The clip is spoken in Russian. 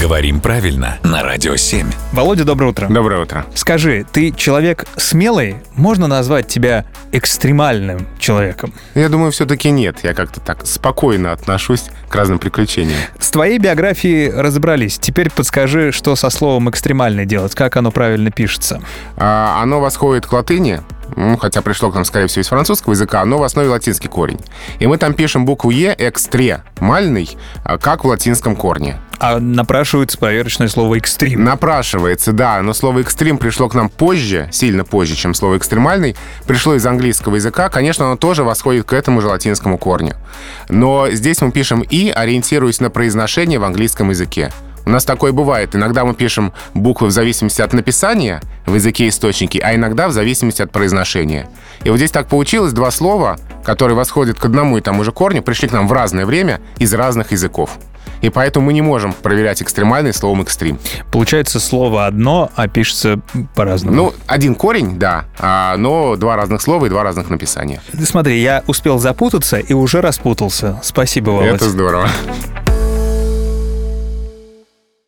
Говорим правильно на Радио 7. Володя, доброе утро. Доброе утро. Скажи, ты человек смелый? Можно назвать тебя экстремальным человеком? Я думаю, все-таки нет. Я как-то так спокойно отношусь к разным приключениям. С твоей биографией разобрались. Теперь подскажи, что со словом «экстремальный» делать, как оно правильно пишется. А, оно восходит к латыни, ну, хотя пришло к нам, скорее всего, из французского языка, но в основе латинский корень. И мы там пишем букву «е» экстремальный, а, как в латинском корне. А напрашивается проверочное слово «экстрим». Напрашивается, да, но слово «экстрим» пришло к нам позже, сильно позже, чем слово «экстремальный», пришло из английского языка, конечно, оно тоже восходит к этому же латинскому корню. Но здесь мы пишем «и», ориентируясь на произношение в английском языке. У нас такое бывает. Иногда мы пишем буквы в зависимости от написания в языке источники, а иногда в зависимости от произношения. И вот здесь так получилось, два слова, которые восходят к одному и тому же корню, пришли к нам в разное время из разных языков. И поэтому мы не можем проверять экстремальный словом экстрим. Получается, слово одно, а пишется по-разному. Ну, один корень, да, а, но два разных слова и два разных написания. Смотри, я успел запутаться и уже распутался. Спасибо, Володь. Это здорово.